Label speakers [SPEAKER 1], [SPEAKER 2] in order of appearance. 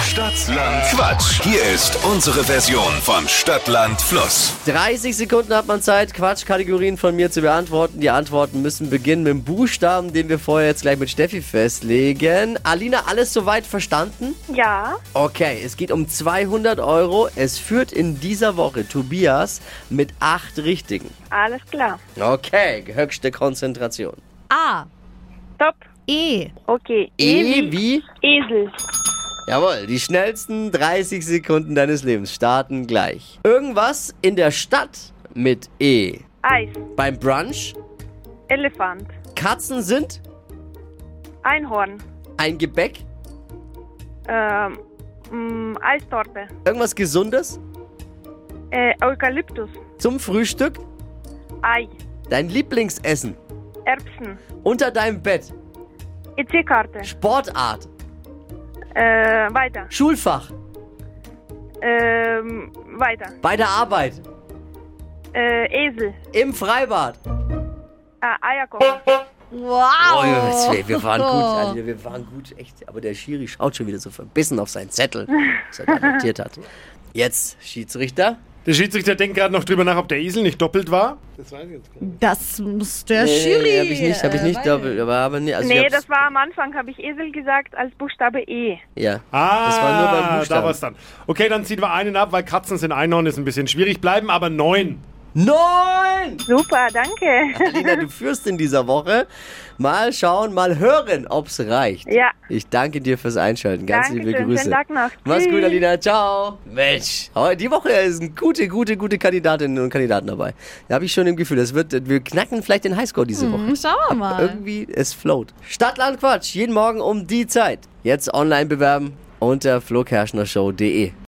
[SPEAKER 1] Stadtland Quatsch. Hier ist unsere Version von Stadtland Fluss.
[SPEAKER 2] 30 Sekunden hat man Zeit, Quatschkategorien von mir zu beantworten. Die Antworten müssen beginnen mit dem Buchstaben, den wir vorher jetzt gleich mit Steffi festlegen. Alina, alles soweit verstanden?
[SPEAKER 3] Ja,
[SPEAKER 2] Okay, es geht um 200 Euro. Es führt in dieser Woche Tobias mit 8 Richtigen.
[SPEAKER 3] alles klar.
[SPEAKER 2] Okay, höchste Konzentration.
[SPEAKER 4] A.
[SPEAKER 3] Top.
[SPEAKER 4] E.
[SPEAKER 3] Okay.
[SPEAKER 2] E wie?
[SPEAKER 3] Esel.
[SPEAKER 2] Jawohl, die schnellsten 30 Sekunden deines Lebens starten gleich. Irgendwas in der Stadt mit E.
[SPEAKER 3] Eis.
[SPEAKER 2] Beim Brunch,
[SPEAKER 3] Elefant.
[SPEAKER 2] Katzen sind
[SPEAKER 3] Einhorn.
[SPEAKER 2] ein Gebäck,
[SPEAKER 3] Ähm, mh, Eistorte.
[SPEAKER 2] irgendwas Gesundes,
[SPEAKER 3] Äh, Eukalyptus.
[SPEAKER 2] zum Frühstück,
[SPEAKER 3] Ei.
[SPEAKER 2] dein Lieblingsessen,
[SPEAKER 3] Erbsen.
[SPEAKER 2] unter deinem Bett,
[SPEAKER 3] EC-Karte.
[SPEAKER 2] Sportart,
[SPEAKER 3] Äh, weiter.
[SPEAKER 2] Schulfach,
[SPEAKER 3] Ähm, weiter.
[SPEAKER 2] bei der Arbeit,
[SPEAKER 3] Äh, Esel.
[SPEAKER 2] im Freibad.
[SPEAKER 3] Äh, Eierkopf.
[SPEAKER 2] Oh,
[SPEAKER 4] Wow.
[SPEAKER 2] wir, wir waren gut, Alter, wir waren gut, echt. Aber der Schiri schaut schon wieder so verbissen auf seinen Zettel, was er da notiert hat. Jetzt, Schiedsrichter.
[SPEAKER 5] Der Schiedsrichter denkt gerade noch drüber nach, ob der Esel nicht doppelt war.
[SPEAKER 4] Das muss der
[SPEAKER 2] Nee,
[SPEAKER 4] Schiri.
[SPEAKER 2] hab ich nicht, hab ich
[SPEAKER 4] äh,
[SPEAKER 2] nicht,
[SPEAKER 4] weil-
[SPEAKER 2] doppelt, aber, aber nee, also ich
[SPEAKER 3] Nee,
[SPEAKER 2] hab's-
[SPEAKER 3] das war am Anfang, habe ich Esel gesagt, als Buchstabe E.
[SPEAKER 2] ja.
[SPEAKER 5] Ah,
[SPEAKER 2] das war nur beim
[SPEAKER 5] da war
[SPEAKER 2] Buchstaben.
[SPEAKER 5] es dann. Okay, dann ziehen wir einen ab, weil Katzen sind Einhorn, ist ein bisschen schwierig. Bleiben aber neun.
[SPEAKER 2] Neun!
[SPEAKER 3] Super, danke.
[SPEAKER 2] Alina, du führst in dieser Woche. Mal schauen, mal hören, ob's reicht.
[SPEAKER 3] Ja.
[SPEAKER 2] Ich danke dir fürs Einschalten. Ganz
[SPEAKER 3] Dankeschön,
[SPEAKER 2] liebe Grüße.
[SPEAKER 3] schönen Tag noch.
[SPEAKER 2] Mach's gut,
[SPEAKER 3] Tschüss.
[SPEAKER 2] Alina. Ciao. Mensch, heu- die Woche sind gute, gute, gute Kandidatinnen und Kandidaten dabei. Da habe ich schon im Gefühl, das wird, wir knacken vielleicht den Highscore diese
[SPEAKER 3] Hm.
[SPEAKER 2] Woche.
[SPEAKER 4] Schauen wir mal.
[SPEAKER 2] Irgendwie, es float. Stadtland Quatsch, jeden Morgen um die Zeit. Jetzt online bewerben unter flokerschnershow.de.